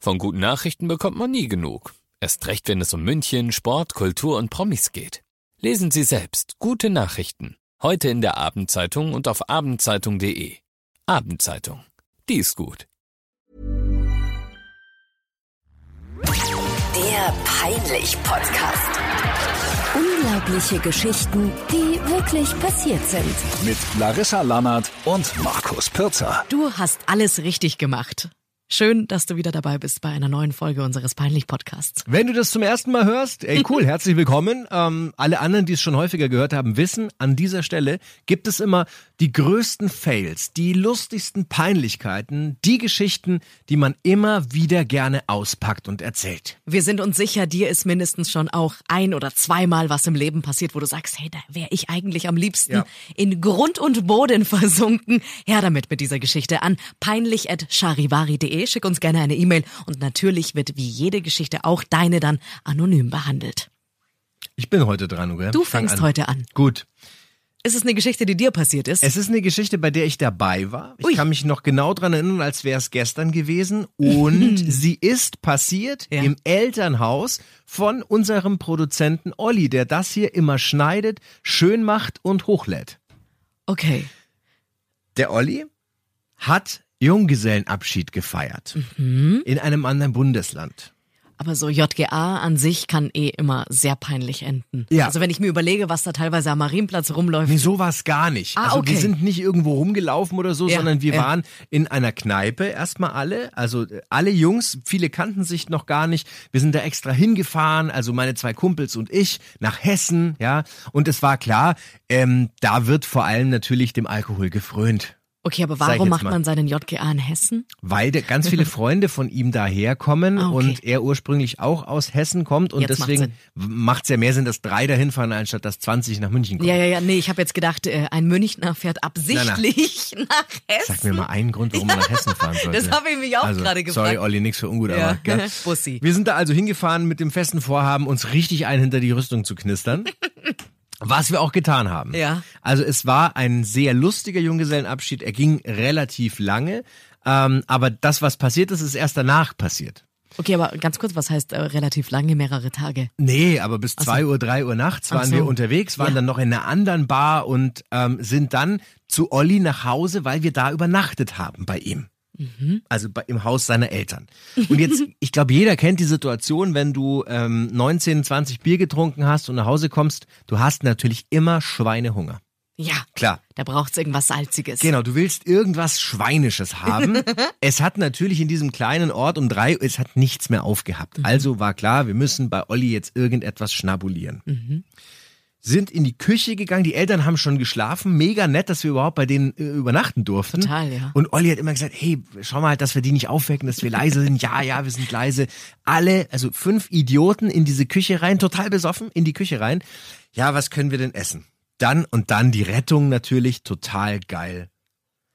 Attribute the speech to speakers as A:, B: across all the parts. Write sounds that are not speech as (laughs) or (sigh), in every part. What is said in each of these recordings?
A: Von guten Nachrichten bekommt man nie genug. Erst recht, wenn es um München, Sport, Kultur und Promis geht. Lesen Sie selbst gute Nachrichten. Heute in der Abendzeitung und auf abendzeitung.de. Abendzeitung. Die ist gut.
B: Der Peinlich-Podcast.
C: Unglaubliche Geschichten, die wirklich passiert sind.
D: Mit Larissa Lannert und Markus Pirzer.
E: Du hast alles richtig gemacht. Schön, dass du wieder dabei bist bei einer neuen Folge unseres Peinlich-Podcasts.
F: Wenn du das zum ersten Mal hörst, ey
E: (laughs)
F: cool, herzlich willkommen. Ähm, alle anderen, die es schon häufiger gehört haben, wissen, an dieser Stelle gibt es immer die größten Fails, die lustigsten Peinlichkeiten, die Geschichten, die man immer wieder gerne auspackt und erzählt.
E: Wir sind uns sicher, dir ist mindestens schon auch ein oder zweimal was im Leben passiert, wo du sagst, hey, da wäre ich eigentlich am liebsten
F: Ja.
E: in Grund und Boden (laughs) versunken. Her damit mit dieser Geschichte an peinlich.charivari.de. Schick uns gerne eine E-Mail und natürlich wird wie jede Geschichte auch deine dann anonym behandelt.
F: Ich bin heute dran, oder?
E: Du
F: Fang
E: fängst heute an.
F: Gut.
E: Ist es eine Geschichte, die dir passiert ist?
F: Es ist eine Geschichte, bei der ich dabei war. Ich
E: Ui.
F: kann mich noch genau dran erinnern, als wäre es gestern gewesen.
E: (laughs)
F: Und sie ist passiert
E: Ja.
F: im Elternhaus von unserem Produzenten Olli, der das hier immer schneidet, schön macht und hochlädt.
E: okay.
F: Der Olli hat Junggesellenabschied gefeiert.
E: Mhm.
F: In einem anderen Bundesland.
E: Aber so JGA an sich kann eh immer sehr peinlich enden.
F: Ja.
E: Also wenn ich mir überlege, was da teilweise am Marienplatz rumläuft.
F: Nee, so war es gar nicht.
E: Ah,
F: also
E: okay.
F: wir sind nicht irgendwo rumgelaufen oder so,
E: Ja,
F: sondern wir
E: ja.
F: waren in einer Kneipe erstmal alle, also äh, alle Jungs, viele kannten sich noch gar nicht. Wir sind da extra hingefahren, also meine zwei Kumpels und ich nach Hessen, ja. Und es war klar, ähm, da wird vor allem natürlich dem Alkohol gefrönt.
E: Okay, aber
F: Sag ich
E: warum
F: jetzt
E: macht
F: mal.
E: man seinen JGA in Hessen?
F: Weil der, ganz
E: (laughs)
F: viele Freunde von ihm daherkommen
E: Ah, okay.
F: und er ursprünglich auch aus Hessen kommt und
E: Jetzt macht's
F: deswegen macht es ja mehr Sinn, dass drei dahin fahren, anstatt dass 20 nach München kommen.
E: Ja, ja, ja, nee, ich habe jetzt gedacht, äh, ein Münchner fährt absichtlich (laughs) nach Hessen.
F: Sag mir mal einen Grund, warum man nach Hessen fahren sollte.
E: das habe ich mich auch
F: also,
E: gerade gefragt.
F: Sorry, Olli, nichts für ungut,
E: Ja.
F: aber. Gell?
E: (laughs) Bussi.
F: Wir sind da also hingefahren mit dem festen Vorhaben, uns richtig ein hinter die Rüstung
E: (laughs)
F: zu knistern. Was wir auch getan haben.
E: Ja.
F: Also es war ein sehr lustiger Junggesellenabschied. Er ging relativ lange. Ähm, aber das, was passiert ist, ist erst danach passiert.
E: Okay, aber ganz kurz, was heißt äh, relativ lange, mehrere Tage?
F: Nee, aber bis 2 Uhr, 3 Uhr nachts
E: Ach
F: waren
E: so.
F: wir unterwegs, waren
E: Ja.
F: dann noch in einer anderen Bar und ähm, sind dann zu Olli nach Hause, weil wir da übernachtet haben bei ihm.
E: Mhm.
F: Also bei, im Haus seiner Eltern.
E: (laughs)
F: Und jetzt, ich glaube, jeder kennt die Situation, wenn du ähm, 19, 20 Bier getrunken hast und nach Hause kommst, du hast natürlich immer Schweinehunger.
E: Ja,
F: Klar.
E: da braucht's irgendwas Salziges.
F: Genau, du willst irgendwas Schweinisches
E: (laughs)
F: haben. es hat natürlich in diesem kleinen Ort um drei, es hat nichts mehr
E: Mhm.
F: aufgehabt. Also war klar, wir müssen bei Olli jetzt irgendetwas schnabulieren. Sind in die Küche gegangen, die Eltern haben schon geschlafen. Mega nett, dass wir überhaupt bei denen äh, übernachten durften.
E: Total, ja.
F: Und Olli hat immer gesagt, hey, schau mal, dass wir die nicht aufwecken, dass wir leise sind. Ja, ja, wir sind leise. Alle, also fünf Idioten in diese Küche rein, total besoffen, in die Küche rein. Ja, was können wir denn essen? Dann und dann die Rettung natürlich, total geil.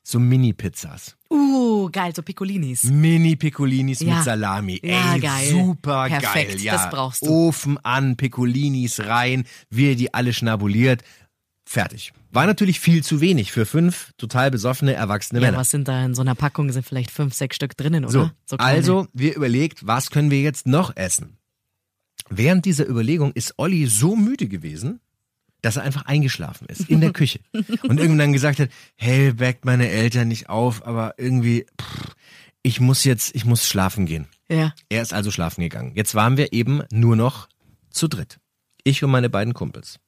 F: So Mini-Pizzas.
E: Uh, geil, so Piccolinis.
F: Mini-Piccolinis
E: Ja.
F: mit Salami.
E: Ja,
F: Ey,
E: geil.
F: super geil.
E: Perfekt,
F: Ja.
E: das brauchst du.
F: Ofen an, Piccolinis rein, wir die alle schnabuliert. Fertig. War natürlich viel zu wenig für fünf total besoffene, erwachsene
E: Ja,
F: Männer.
E: was sind da in so einer Packung? Sind vielleicht fünf, sechs Stück drinnen,
F: So,
E: oder? So kleine.
F: also wir überlegt, was können wir jetzt noch essen? Während dieser Überlegung ist Olli so müde gewesen, dass er einfach eingeschlafen
E: (laughs)
F: ist in der Küche und irgendwann gesagt hat, hey, weckt meine Eltern nicht auf, aber irgendwie, pff, ich muss jetzt, ich muss schlafen gehen.
E: Ja.
F: Er ist also schlafen gegangen. Jetzt waren wir eben nur noch zu dritt. Ich und meine beiden Kumpels.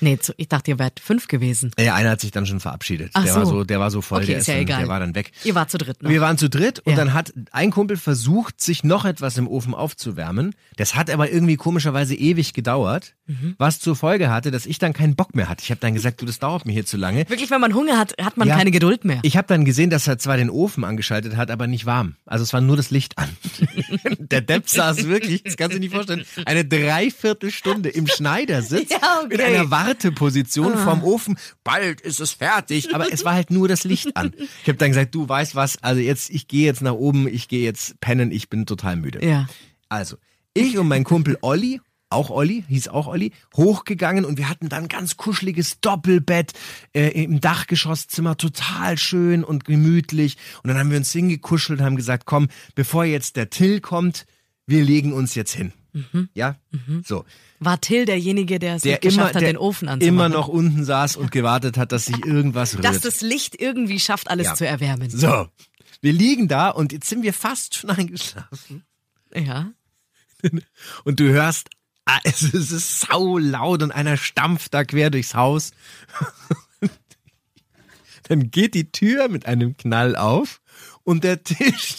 E: Nee, zu, ich dachte, ihr wärt fünf gewesen.
F: Ja, einer hat sich dann schon verabschiedet.
E: Ach
F: der war
E: so.
F: so, der war so voll,
E: Okay,
F: der,
E: ist ja
F: dann,
E: egal.
F: der war dann weg.
E: Ihr wart zu dritt, ne?
F: Wir waren zu dritt und
E: Ja.
F: dann hat ein Kumpel versucht, sich noch etwas im Ofen aufzuwärmen. Das hat aber irgendwie komischerweise ewig gedauert,
E: Mhm.
F: was zur Folge hatte, dass ich dann keinen Bock mehr hatte. Ich habe dann gesagt, du, das dauert mir hier zu lange.
E: Wirklich, wenn man Hunger hat, hat man
F: Ja.
E: keine Geduld mehr.
F: Ich habe dann gesehen, dass er zwar den Ofen angeschaltet hat, aber nicht warm. Also es war nur das Licht an. (laughs) Der Depp saß wirklich, das kannst du dir nicht vorstellen, eine Dreiviertelstunde im
E: (laughs)
F: Schneidersitz
E: Ja, okay. Ah.
F: in einer Warteposition vorm Ofen. Bald ist es fertig, aber es war halt nur das Licht an. Ich habe dann gesagt, du weißt was, also jetzt, ich gehe jetzt nach oben, ich gehe jetzt pennen, ich bin total müde.
E: ja.
F: Also, ich und mein Kumpel Olli auch Olli, hieß auch Olli, hochgegangen und wir hatten dann ein ganz kuscheliges Doppelbett äh, im Dachgeschosszimmer, total schön und gemütlich. Und dann haben wir uns hingekuschelt und haben gesagt, komm, bevor jetzt der Till kommt, wir legen uns jetzt hin. Ja, so.
E: War Till derjenige, der es
F: Der
E: nicht Mhm. geschafft
F: immer,
E: hat,
F: der
E: den Ofen anzumachen?
F: immer noch unten saß und gewartet hat, dass
E: (laughs)
F: sich irgendwas rührt.
E: Dass das Licht irgendwie schafft, alles
F: Ja.
E: zu erwärmen.
F: so, wir liegen da und jetzt sind wir fast schon eingeschlafen.
E: Ja.
F: und du hörst, ah, (laughs) es ist- es ist sau laut und einer stampft da quer durchs Haus. (laughs) Dann geht die Tür mit einem Knall auf und der (laughs) Tisch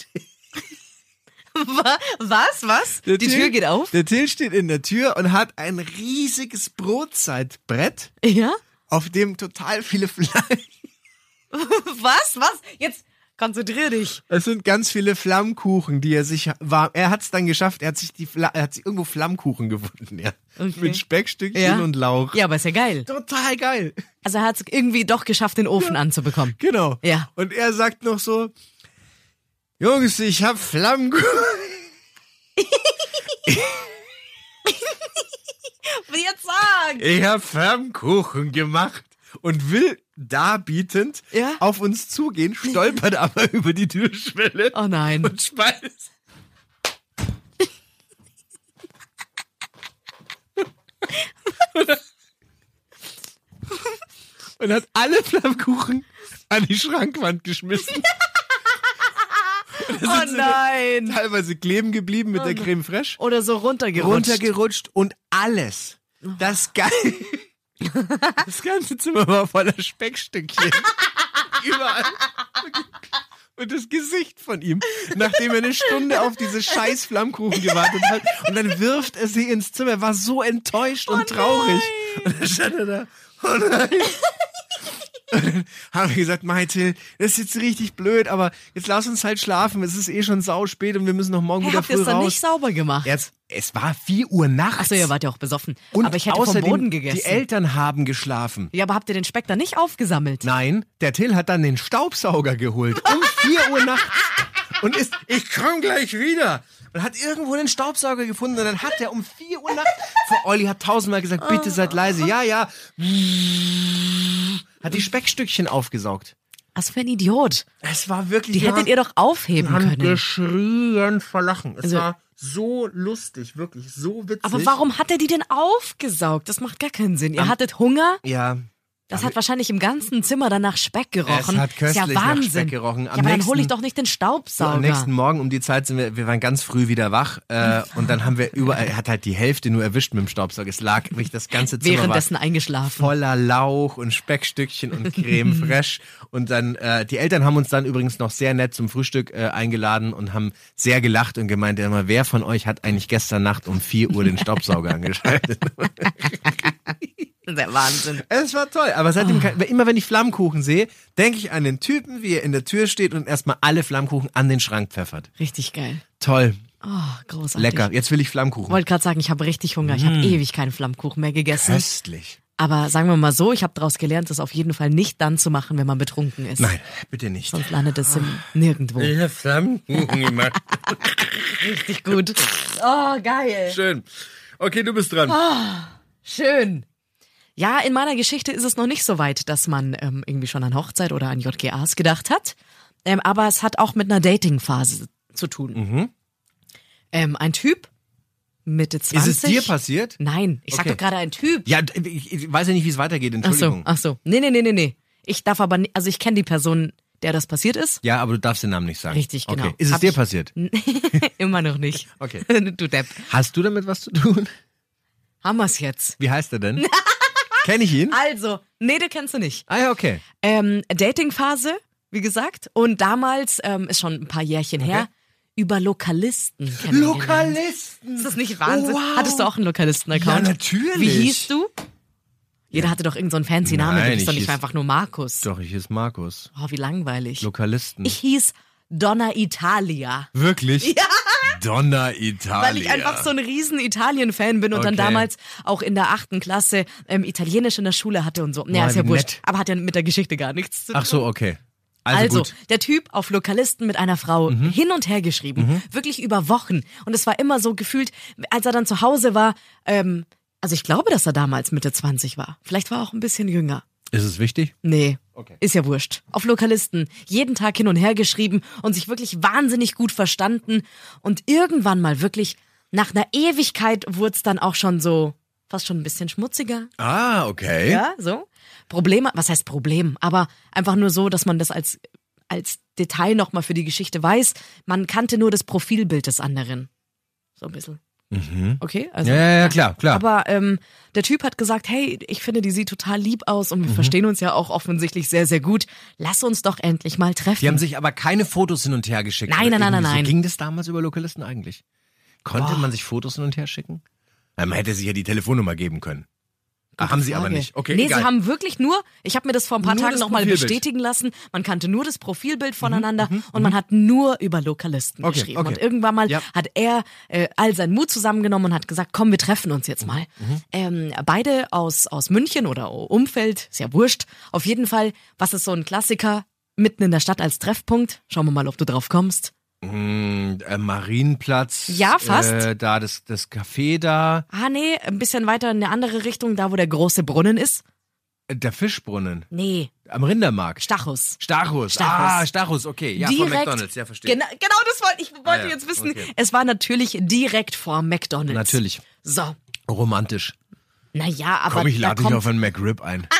E: Wa- Was? Was?
F: der
E: Die Tür geht auf?
F: Der Till steht in der Tür und hat ein riesiges Brotzeitbrett,
E: Ja?
F: auf dem total viele Fleisch.
E: Was? Was? Jetzt konzentrier dich.
F: (laughs) Es sind ganz viele Flammkuchen, die er sich warm. Er hat es dann geschafft. Er hat sich die, Fla er hat sich irgendwo Flammkuchen gefunden, ja.
E: Okay.
F: Mit Speckstückchen
E: Ja.
F: und Lauch.
E: Ja, aber ist ja geil.
F: Total geil.
E: Also er hat es irgendwie doch geschafft, den Ofen
F: (laughs)
E: anzubekommen.
F: Genau.
E: Ja.
F: Und er sagt noch so: Jungs, ich hab Flammkuchen. (laughs)
E: Jetzt sag!
F: Ich hab Flammkuchen gemacht. Und will darbietend
E: Ja.
F: auf uns
E: (laughs)
F: zugehen, stolpert aber über die Türschwelle
E: Oh nein.
F: (laughs)
E: (laughs)
F: und schmeißt. und hat alle Flammkuchen an die Schrankwand geschmissen.
E: Oh
F: (laughs)
E: nein.
F: Teilweise kleben geblieben
E: Oh
F: mit der Creme Fraiche.
E: Oder so runtergerutscht.
F: runtergerutscht und alles. Das, Ge (laughs) das ganze Zimmer war voller Speckstückchen. (laughs) Überall. Und das Gesicht von ihm, nachdem er eine Stunde auf diese scheiß Flammkuchen gewartet hat. Und dann wirft er sie ins Zimmer. Er war so enttäuscht und traurig. Und dann stand er da. Oh nein. Haben wir gesagt, Meitel, das ist jetzt richtig blöd, aber jetzt lass uns halt schlafen. Es ist eh schon sau spät und wir müssen noch morgen
E: Hey,
F: wieder
E: habt
F: früh
E: ihr es
F: raus.
E: dann nicht sauber gemacht?
F: Jetzt, es war 4 Uhr nachts.
E: Achso, ihr wart ja auch besoffen.
F: und
E: aber ich hätte vom
F: außerdem,
E: Boden gegessen.
F: Die Eltern haben geschlafen.
E: ja, aber habt ihr den Speck dann nicht aufgesammelt?
F: Nein, der Till hat dann den Staubsauger geholt. Um 4 Uhr nachts. Und ist, ich komm gleich wieder. Und hat irgendwo den Staubsauger gefunden. Und dann hat er um 4 Uhr nachts, vor Olli hat tausendmal gesagt, bitte seid leise. Ja, ja. Hat die Speckstückchen aufgesaugt.
E: Was für ein Idiot.
F: Es war wirklich.
E: Die
F: wir
E: hättet
F: haben-
E: ihr doch aufheben
F: wir haben
E: können.
F: geschrien vor Lachen. Es
E: Also-
F: war so lustig, wirklich, so witzig.
E: Aber warum hat er die denn aufgesaugt? Das macht gar keinen Sinn. Ihr hattet Hunger?
F: Ja,
E: Das hat wahrscheinlich im ganzen Zimmer dann nach Speck gerochen.
F: Es hat
E: ist ja
F: köstlich nach
E: Wahnsinn.
F: Speck gerochen.
E: Ja,
F: Am
E: aber dann hole ich
F: nächsten-
E: doch nicht den
F: So, am
E: Staubsauger.
F: nächsten Morgen um die Zeit sind wir, wir waren ganz früh wieder wach äh, und dann haben wir überall, er hat halt die Hälfte nur erwischt mit dem Staubsauger. Es lag wirklich das ganze Zimmer war
E: Währenddessen eingeschlafen.
F: voller Lauch und Speckstückchen und
E: (laughs)
F: Creme Fraiche und dann äh, die Eltern haben uns dann übrigens noch sehr nett zum Frühstück äh, eingeladen und haben sehr gelacht und gemeint, ja, mal, wer von euch hat eigentlich gestern Nacht um 4 Uhr den
E: (laughs)
F: Staubsauger angeschaltet?
E: Der Wahnsinn.
F: Es war toll, aber seitdem,
E: Ah.
F: kann, immer wenn ich Flammkuchen sehe, denke ich an den Typen, wie er in der Tür steht und erstmal alle Flammkuchen an den Schrank pfeffert.
E: Richtig geil.
F: Toll,
E: Oh, großartig.
F: lecker. Mm. Jetzt will ich Flammkuchen.
E: Wollte gerade sagen, ich habe richtig Hunger. Ich habe ewig keinen Flammkuchen mehr gegessen.
F: Köstlich.
E: Aber sagen wir mal so, ich habe daraus gelernt, das auf jeden Fall nicht dann zu machen, wenn man betrunken ist.
F: Nein, Äh. bitte nicht. (laughs)
E: Sonst landet es im nirgendwo.
F: habe (laughs) Flammkuchen gemacht.
E: Richtig gut. Oh, geil.
F: Schön. Okay, du bist dran.
E: Ah, Schön. Ja, in meiner Geschichte ist es noch nicht so weit, dass man ähm, irgendwie schon an Hochzeit oder an JGAs gedacht hat. Ähm, aber es hat auch mit einer Dating-Phase zu tun. Ähm, ein Typ, Mitte 20.
F: Mhm. Ist es dir passiert?
E: Nein, ich sag
F: Okay.
E: doch gerade ein Typ.
F: Ja, d- ich, ich weiß ja nicht, wie es weitergeht.
E: ach so, Ah.
F: Entschuldigung.
E: ach so. Nee, nee, nee, nee, nee. Ich darf aber, ni- also ich kenne die Person, der das passiert ist. (laughs)
F: Ja, aber du darfst den Namen nicht sagen.
E: Richtig, genau.
F: Okay. Ist es
E: Hab
F: dir
E: ich-
F: passiert?
E: Immer noch nicht.
F: Okay.
E: (laughs) Du Depp.
F: Hast du damit was zu tun? (laughs)
E: Haben wir's jetzt.
F: Wie heißt
E: (laughs)
F: er denn? Kenne ich ihn?
E: Also, nee, du kennst du nicht.
F: Ah ja, okay.
E: Ähm, Datingphase, wie gesagt. Und damals, ähm, ist schon ein paar Jährchen her, über Lokalisten kennengelernt.
F: Lokalisten.
E: Ist das nicht Wahnsinn?
F: Oh, wow.
E: Hattest du auch einen Lokalisten-Account?
F: Ja, natürlich.
E: Wie hieß du? Jeder hatte doch irgendeinen so einen fancy Namen. Du
F: Nein,
E: bist doch
F: ich
E: nicht
F: hieß-
E: einfach nur Markus.
F: Doch, ich ist Markus.
E: Oh, wie langweilig.
F: Lokalisten.
E: Ich hieß Donna Italia.
F: Wirklich? Ja. Donner Italia.
E: Weil ich einfach so ein riesen Italien-Fan bin und dann
F: Okay.
E: damals auch in der achten Klasse ähm, Italienisch in der Schule hatte und so. Ja,
F: Boah,
E: ist ja
F: wie
E: wurscht.
F: nett.
E: Aber hat ja mit der Geschichte gar nichts zu tun.
F: Ach so, okay.
E: Also,
F: Also gut.
E: der Typ auf Lokalisten mit einer Frau hin und her geschrieben, wirklich über Wochen. Und es war immer so gefühlt, als er dann zu Hause war, ähm, also ich glaube, dass er damals Mitte 20 war. Vielleicht war er auch ein bisschen jünger.
F: Ist es wichtig?
E: Nee. Ist ja wurscht. Auf Lokalisten. Jeden Tag hin und her geschrieben und sich wirklich wahnsinnig gut verstanden. Und irgendwann mal wirklich, nach einer Ewigkeit wurde es dann auch schon so, fast schon ein bisschen schmutziger.
F: Ah, okay.
E: Ja, so. Probleme, was heißt Problem? Aber einfach nur so, dass man das als, als Detail nochmal für die Geschichte weiß. Man kannte nur das Profilbild des anderen. So ein bisschen. Okay, also.
F: Mhm. Ja, ja, ja, klar, klar.
E: Aber ähm, der Typ hat gesagt, hey, ich finde, die sieht total lieb aus
F: Mhm.
E: und wir verstehen uns ja auch offensichtlich sehr, sehr gut. Lass uns doch endlich mal treffen.
F: Die haben sich aber keine Fotos hin und her geschickt.
E: Nein,
F: oder
E: nein, nein,
F: irgendwie
E: nein,
F: So.
E: nein.
F: Ging das damals über Lokalisten eigentlich? Konnte man sich Fotos hin und her schicken? Na, Man hätte sich ja die Telefonnummer geben können. Ah, haben sie aber
E: Frage.
F: nicht. Okay,
E: nee,
F: egal.
E: sie haben wirklich nur, ich habe mir das vor ein paar
F: Nur
E: Tagen
F: das
E: nochmal
F: Profilbild. Mhm,
E: bestätigen lassen, man kannte nur das Profilbild voneinander und man hat nur über Lokalisten
F: Okay,
E: geschrieben.
F: okay.
E: Und irgendwann mal
F: Ja.
E: hat er äh, all seinen Mut zusammengenommen und hat gesagt, komm, wir treffen uns jetzt mal.
F: Mhm,
E: Ähm, beide aus, aus München oder Umfeld, ist ja wurscht. Auf jeden Fall, was ist so ein Klassiker? Mitten in der Stadt als Treffpunkt. Schauen wir mal, ob du drauf kommst.
F: Mm, äh, Marienplatz.
E: Ja, fast.
F: Äh, da das, das Café da.
E: Ah, nee, ein bisschen weiter in eine andere Richtung, da wo der große Brunnen ist.
F: Äh, Der Fischbrunnen.
E: Nee,
F: Am Rindermarkt.
E: Stachus.
F: Stachus.
E: Stachus.
F: Ah, Stachus, okay. Ja,
E: direkt,
F: von McDonalds, ja, verstehe.
E: Genau, genau das wollte ich wollte
F: Ah, ja,
E: jetzt wissen.
F: okay.
E: Es war natürlich direkt vor McDonalds.
F: Natürlich.
E: So,
F: Romantisch.
E: naja, aber
F: Komm, ich
E: da
F: lade dich
E: kommt,
F: auf einen McRib ein.
E: (laughs)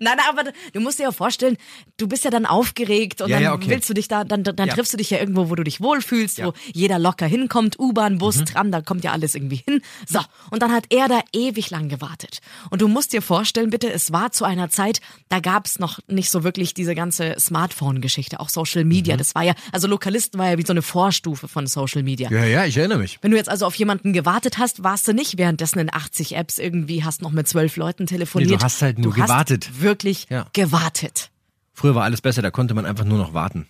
E: Nein, nein, aber du musst dir ja vorstellen, du bist ja dann aufgeregt und
F: Ja,
E: dann
F: ja, okay.
E: willst du dich da, dann, dann dann
F: Ja.
E: triffst du dich ja irgendwo, wo du dich wohlfühlst,
F: Ja. Mhm.
E: wo jeder locker hinkommt, U-Bahn, Bus, Tram, da kommt ja alles irgendwie hin. So, und dann hat er da ewig lang gewartet. Und du musst dir vorstellen, bitte, es war zu einer Zeit, da gab's noch nicht so wirklich diese ganze Smartphone-Geschichte, auch Social
F: Mhm.
E: Media. Das war ja, also Lokalisten war ja wie so eine Vorstufe von Social Media.
F: Ja, ja, ich erinnere mich.
E: Wenn du jetzt also auf jemanden gewartet hast, warst du nicht währenddessen in 80 Apps irgendwie, hast noch mit zwölf Leuten telefoniert.
F: Nee, du hast halt nur
E: Du hast
F: gewartet.
E: Wirklich
F: Ja.
E: gewartet.
F: Früher war alles besser, da konnte man einfach nur noch warten.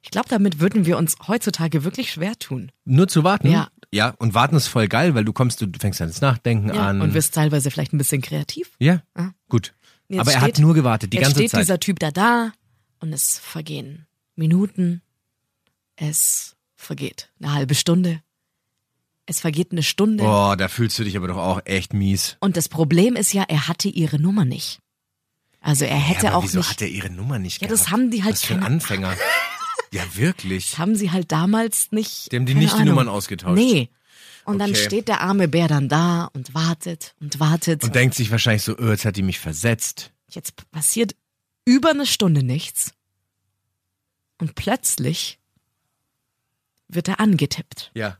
E: Ich glaube, damit würden wir uns heutzutage wirklich schwer tun.
F: Nur zu warten?
E: Ja.
F: Ja, und warten ist voll geil, weil du kommst, du fängst an ins Nachdenken an.
E: Und wirst teilweise vielleicht ein bisschen kreativ.
F: ja, gut.
E: Jetzt
F: Aber er
E: steht-
F: hat nur gewartet, die
E: jetzt
F: ganze
E: steht
F: Zeit.
E: dieser Typ da da und es vergehen Minuten, es vergeht eine halbe Stunde, es vergeht eine Stunde.
F: Boah, Oh, da fühlst du dich aber doch auch echt mies.
E: Und das Problem ist ja, er hatte ihre Nummer nicht. Also er hätte
F: ja, aber
E: auch
F: wieso
E: nicht.
F: hat er ihre Nummer nicht
E: Ja,
F: gehabt?
E: das haben die halt
F: Was für ein
E: keine- (laughs)
F: Anfänger. ja, wirklich.
E: haben sie halt damals nicht.
F: Die haben die
E: keine
F: nicht die
E: Ahnung.
F: Nummern ausgetauscht.
E: Nee. Und dann
F: Okay.
E: steht der arme Bär dann da und wartet und wartet.
F: Und denkt sich wahrscheinlich so, öh, jetzt hat die mich versetzt.
E: Jetzt p- passiert über eine Stunde nichts. Und plötzlich wird er angetippt.
F: Ja.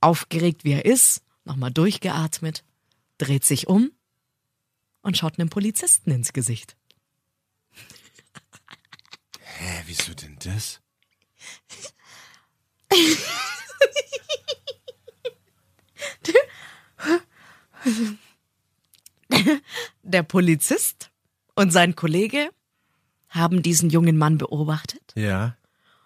E: Aufgeregt wie er ist, nochmal durchgeatmet, dreht sich um und schaut einem Polizisten ins Gesicht.
F: Hä, Äh, wieso denn das?
E: Der Polizist und sein Kollege haben diesen jungen Mann beobachtet
F: Ja.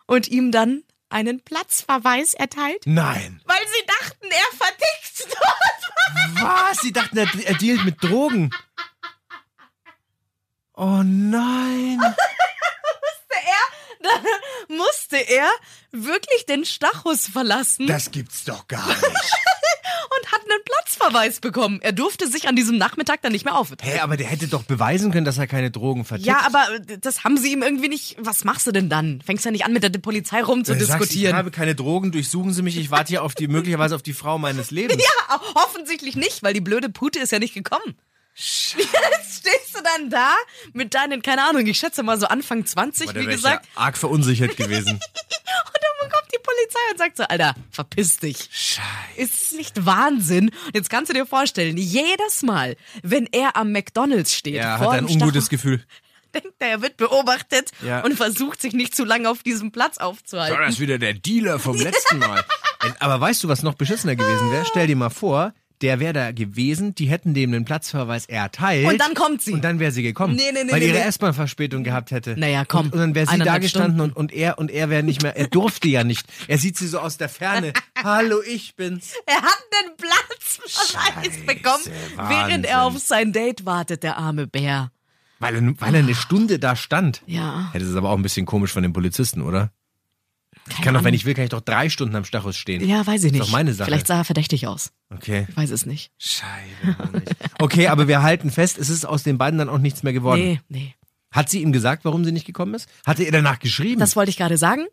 E: und ihm dann einen Platzverweis erteilt,
F: Nein.
E: weil sie dachten, er vertickt dort.
F: Was? Sie dachten, er, er dealt mit Drogen. Oh
E: (laughs)
F: nein.
E: Dann (laughs) musste er wirklich den Stachus verlassen
F: Das gibt's doch gar nicht.
E: und hat einen Platzverweis bekommen. Er durfte sich an diesem Nachmittag dann nicht mehr aufhalten.
F: Hä, aber der hätte doch beweisen können, dass er keine Drogen vertickt.
E: Ja, aber äh, das haben sie ihm irgendwie nicht. Was machst du denn dann? Fängst ja nicht an, mit der Polizei
F: Wenn du Äh, sagst,
E: rumzudiskutieren. (laughs)
F: Ich habe keine Drogen, durchsuchen Sie mich, ich warte hier auf die, möglicherweise auf die
E: (laughs)
F: Frau meines Lebens.
E: Ja, offensichtlich nicht, weil die blöde Pute ist ja nicht gekommen. (laughs) Jetzt stehst du dann da mit deinen, keine Ahnung, ich schätze mal so Anfang 20,
F: Boah, da
E: wie
F: wär ich
E: gesagt.
F: ja arg verunsichert gewesen.
E: Und dann kommt die Polizei und sagt so, Alter, verpiss dich.
F: Scheiße.
E: (laughs) Ist es nicht Wahnsinn? Und jetzt kannst du dir vorstellen, jedes Mal, wenn er am McDonalds steht,
F: Er
E: vor
F: hat ein
E: dem Stachel,
F: ungutes Gefühl.
E: denkt er, er wird beobachtet
F: Ja.
E: und versucht sich nicht zu lange auf diesem Platz
F: Ja,
E: aufzuhalten.
F: das ist wieder der
E: (laughs)
F: Dealer vom letzten Mal. Aber weißt du, was noch beschissener gewesen wäre? Stell dir mal vor, der wäre da gewesen, die hätten dem den Platzverweis erteilt.
E: Und dann kommt sie.
F: Und dann wäre sie gekommen.
E: Nee, nee, nee,
F: weil
E: nee,
F: ihre
E: nee.
F: S-Bahn-Verspätung gehabt hätte.
E: Naja, komm,
F: Und, und dann wäre sie da
E: eineinhalb
F: gestanden und, und er, und er wäre nicht mehr, er durfte ja nicht. Er sieht sie so aus
E: (laughs)
F: der Ferne. Hallo, ich bin's.
E: Er hat einen Platz Scheiße, bekommen,
F: Wahnsinn.
E: während er auf sein Date wartet, der arme Bär.
F: Weil er, weil er eine Stunde da stand.
E: Ja.
F: Hätte es aber auch ein bisschen komisch von den Polizisten, oder? Ich
E: Keine
F: kann doch, wenn
E: Ahnung.
F: ich will, kann ich doch drei Stunden am Stachus stehen.
E: Ja, weiß ich
F: Ist
E: nicht.
F: doch meine Sache.
E: Vielleicht sah er verdächtig aus.
F: Okay.
E: Ich weiß es nicht.
F: Scheibe. Mann, ey. Okay, aber wir halten fest, es ist aus den beiden dann auch nichts mehr geworden.
E: Nee, nee.
F: Hat sie ihm gesagt, warum sie nicht gekommen ist? Hatte ihr danach geschrieben?
E: Das wollte ich gerade sagen.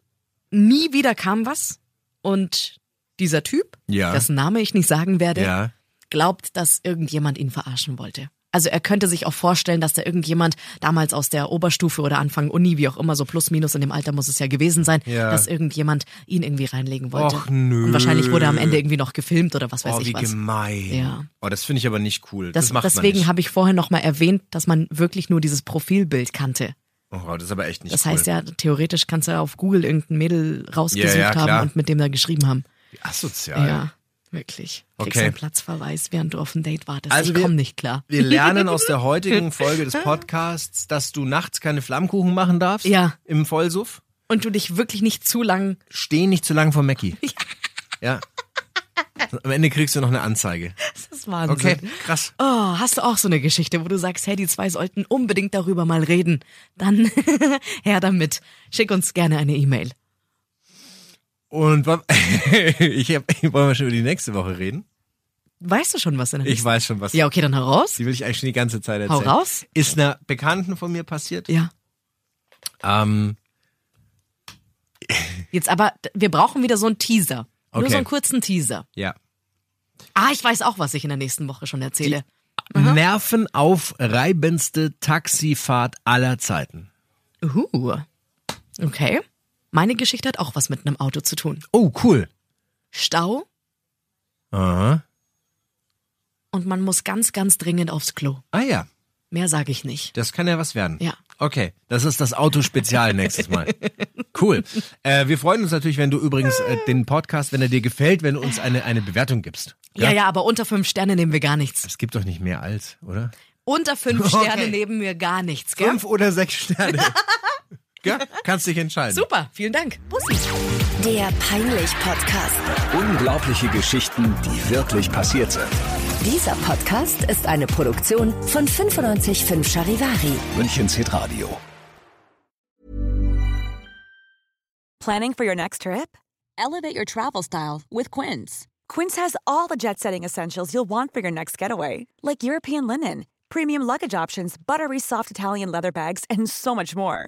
E: Nie wieder kam was. Und dieser Typ,
F: Ja.
E: dessen Name ich nicht sagen werde,
F: ja.
E: glaubt, dass irgendjemand ihn verarschen wollte. Also er könnte sich auch vorstellen, dass da irgendjemand damals aus der Oberstufe oder Anfang Uni, wie auch immer, so plus minus in dem Alter muss es ja gewesen sein,
F: Ja.
E: dass irgendjemand ihn irgendwie reinlegen wollte.
F: Och, nö.
E: Und wahrscheinlich wurde er am Ende irgendwie noch gefilmt oder was weiß
F: Oh,
E: ich
F: wie
E: was.
F: gemein.
E: Ja.
F: Oh, das finde ich aber nicht cool. Das,
E: Das,
F: macht
E: deswegen
F: man
E: habe ich vorhin nochmal erwähnt, dass man wirklich nur dieses Profilbild kannte.
F: nicht. Oh, das ist aber echt nicht
E: Das
F: cool.
E: heißt ja, theoretisch kannst du ja auf Google irgendein Mädel rausgesucht
F: Ja, ja, klar.
E: haben und mit dem da geschrieben haben.
F: Asozial.
E: Ja, wirklich. Kriegst
F: Okay.
E: einen Platzverweis, während du auf ein Date wartest.
F: Also
E: ich
F: wir-
E: komm nicht klar.
F: Wir lernen aus
E: (laughs)
F: der heutigen Folge des Podcasts, dass du nachts keine Flammkuchen machen darfst.
E: Ja.
F: Im Vollsuff.
E: Und du dich wirklich nicht zu lang
F: Steh nicht zu lang vor Mackie. Ja. Am Ende kriegst du noch eine Anzeige.
E: Das ist Wahnsinn.
F: Okay, krass.
E: Oh, hast du auch so eine Geschichte, wo du sagst, hey, die zwei sollten unbedingt darüber mal reden? Dann (laughs) her damit. Schick uns gerne eine E-Mail.
F: Und wa- (laughs) ich hab, wollen wir schon über die nächste Woche reden?
E: Weißt du schon was in der
F: Ich
E: nächsten-
F: weiß schon, was.
E: Ja, okay, dann heraus.
F: Die will ich eigentlich schon die ganze Zeit
E: Hau
F: erzählen.
E: raus.
F: Ist einer Bekannten von mir passiert.
E: Ja.
F: Ähm,
E: Jetzt aber, d- wir brauchen wieder so einen Teaser.
F: Okay.
E: Nur so einen kurzen Teaser.
F: ja.
E: Ah, ich weiß auch, was ich in der nächsten Woche schon erzähle.
F: Nervenaufreibendste Taxifahrt aller Zeiten.
E: Uh. Okay. Meine Geschichte hat auch was mit einem Auto zu tun.
F: Oh, cool.
E: Stau
F: Aha.
E: und man muss ganz, ganz dringend aufs Klo.
F: Ah ja,
E: Mehr sage ich nicht.
F: das kann ja was werden.
E: Ja.
F: Okay, das ist das Autospezial nächstes Mal. Cool. Äh, wir freuen uns natürlich, wenn du übrigens äh, den Podcast, wenn er dir gefällt, wenn du uns eine, eine Bewertung gibst.
E: Ja, ja, aber unter fünf Sterne nehmen wir gar nichts.
F: Es gibt doch nicht mehr als, oder?
E: Unter fünf Sterne
F: Okay.
E: nehmen wir gar nichts, gell?
F: oder
E: (laughs)
F: sechs Sterne. Gell? Kannst dich entscheiden.
E: Super, vielen Dank. Bussi.
B: Der Peinlich-Podcast.
D: Unglaubliche Geschichten, die wirklich passiert sind.
B: Dieser Podcast ist eine Produktion von 955 Charivari.
D: Münchens Hitradio.
G: Planning for your next trip? Elevate your travel style with Quince. Quince has all the jet setting essentials you'll want for your next getaway, like European linen, premium luggage options, buttery soft Italian leather bags, and so much more.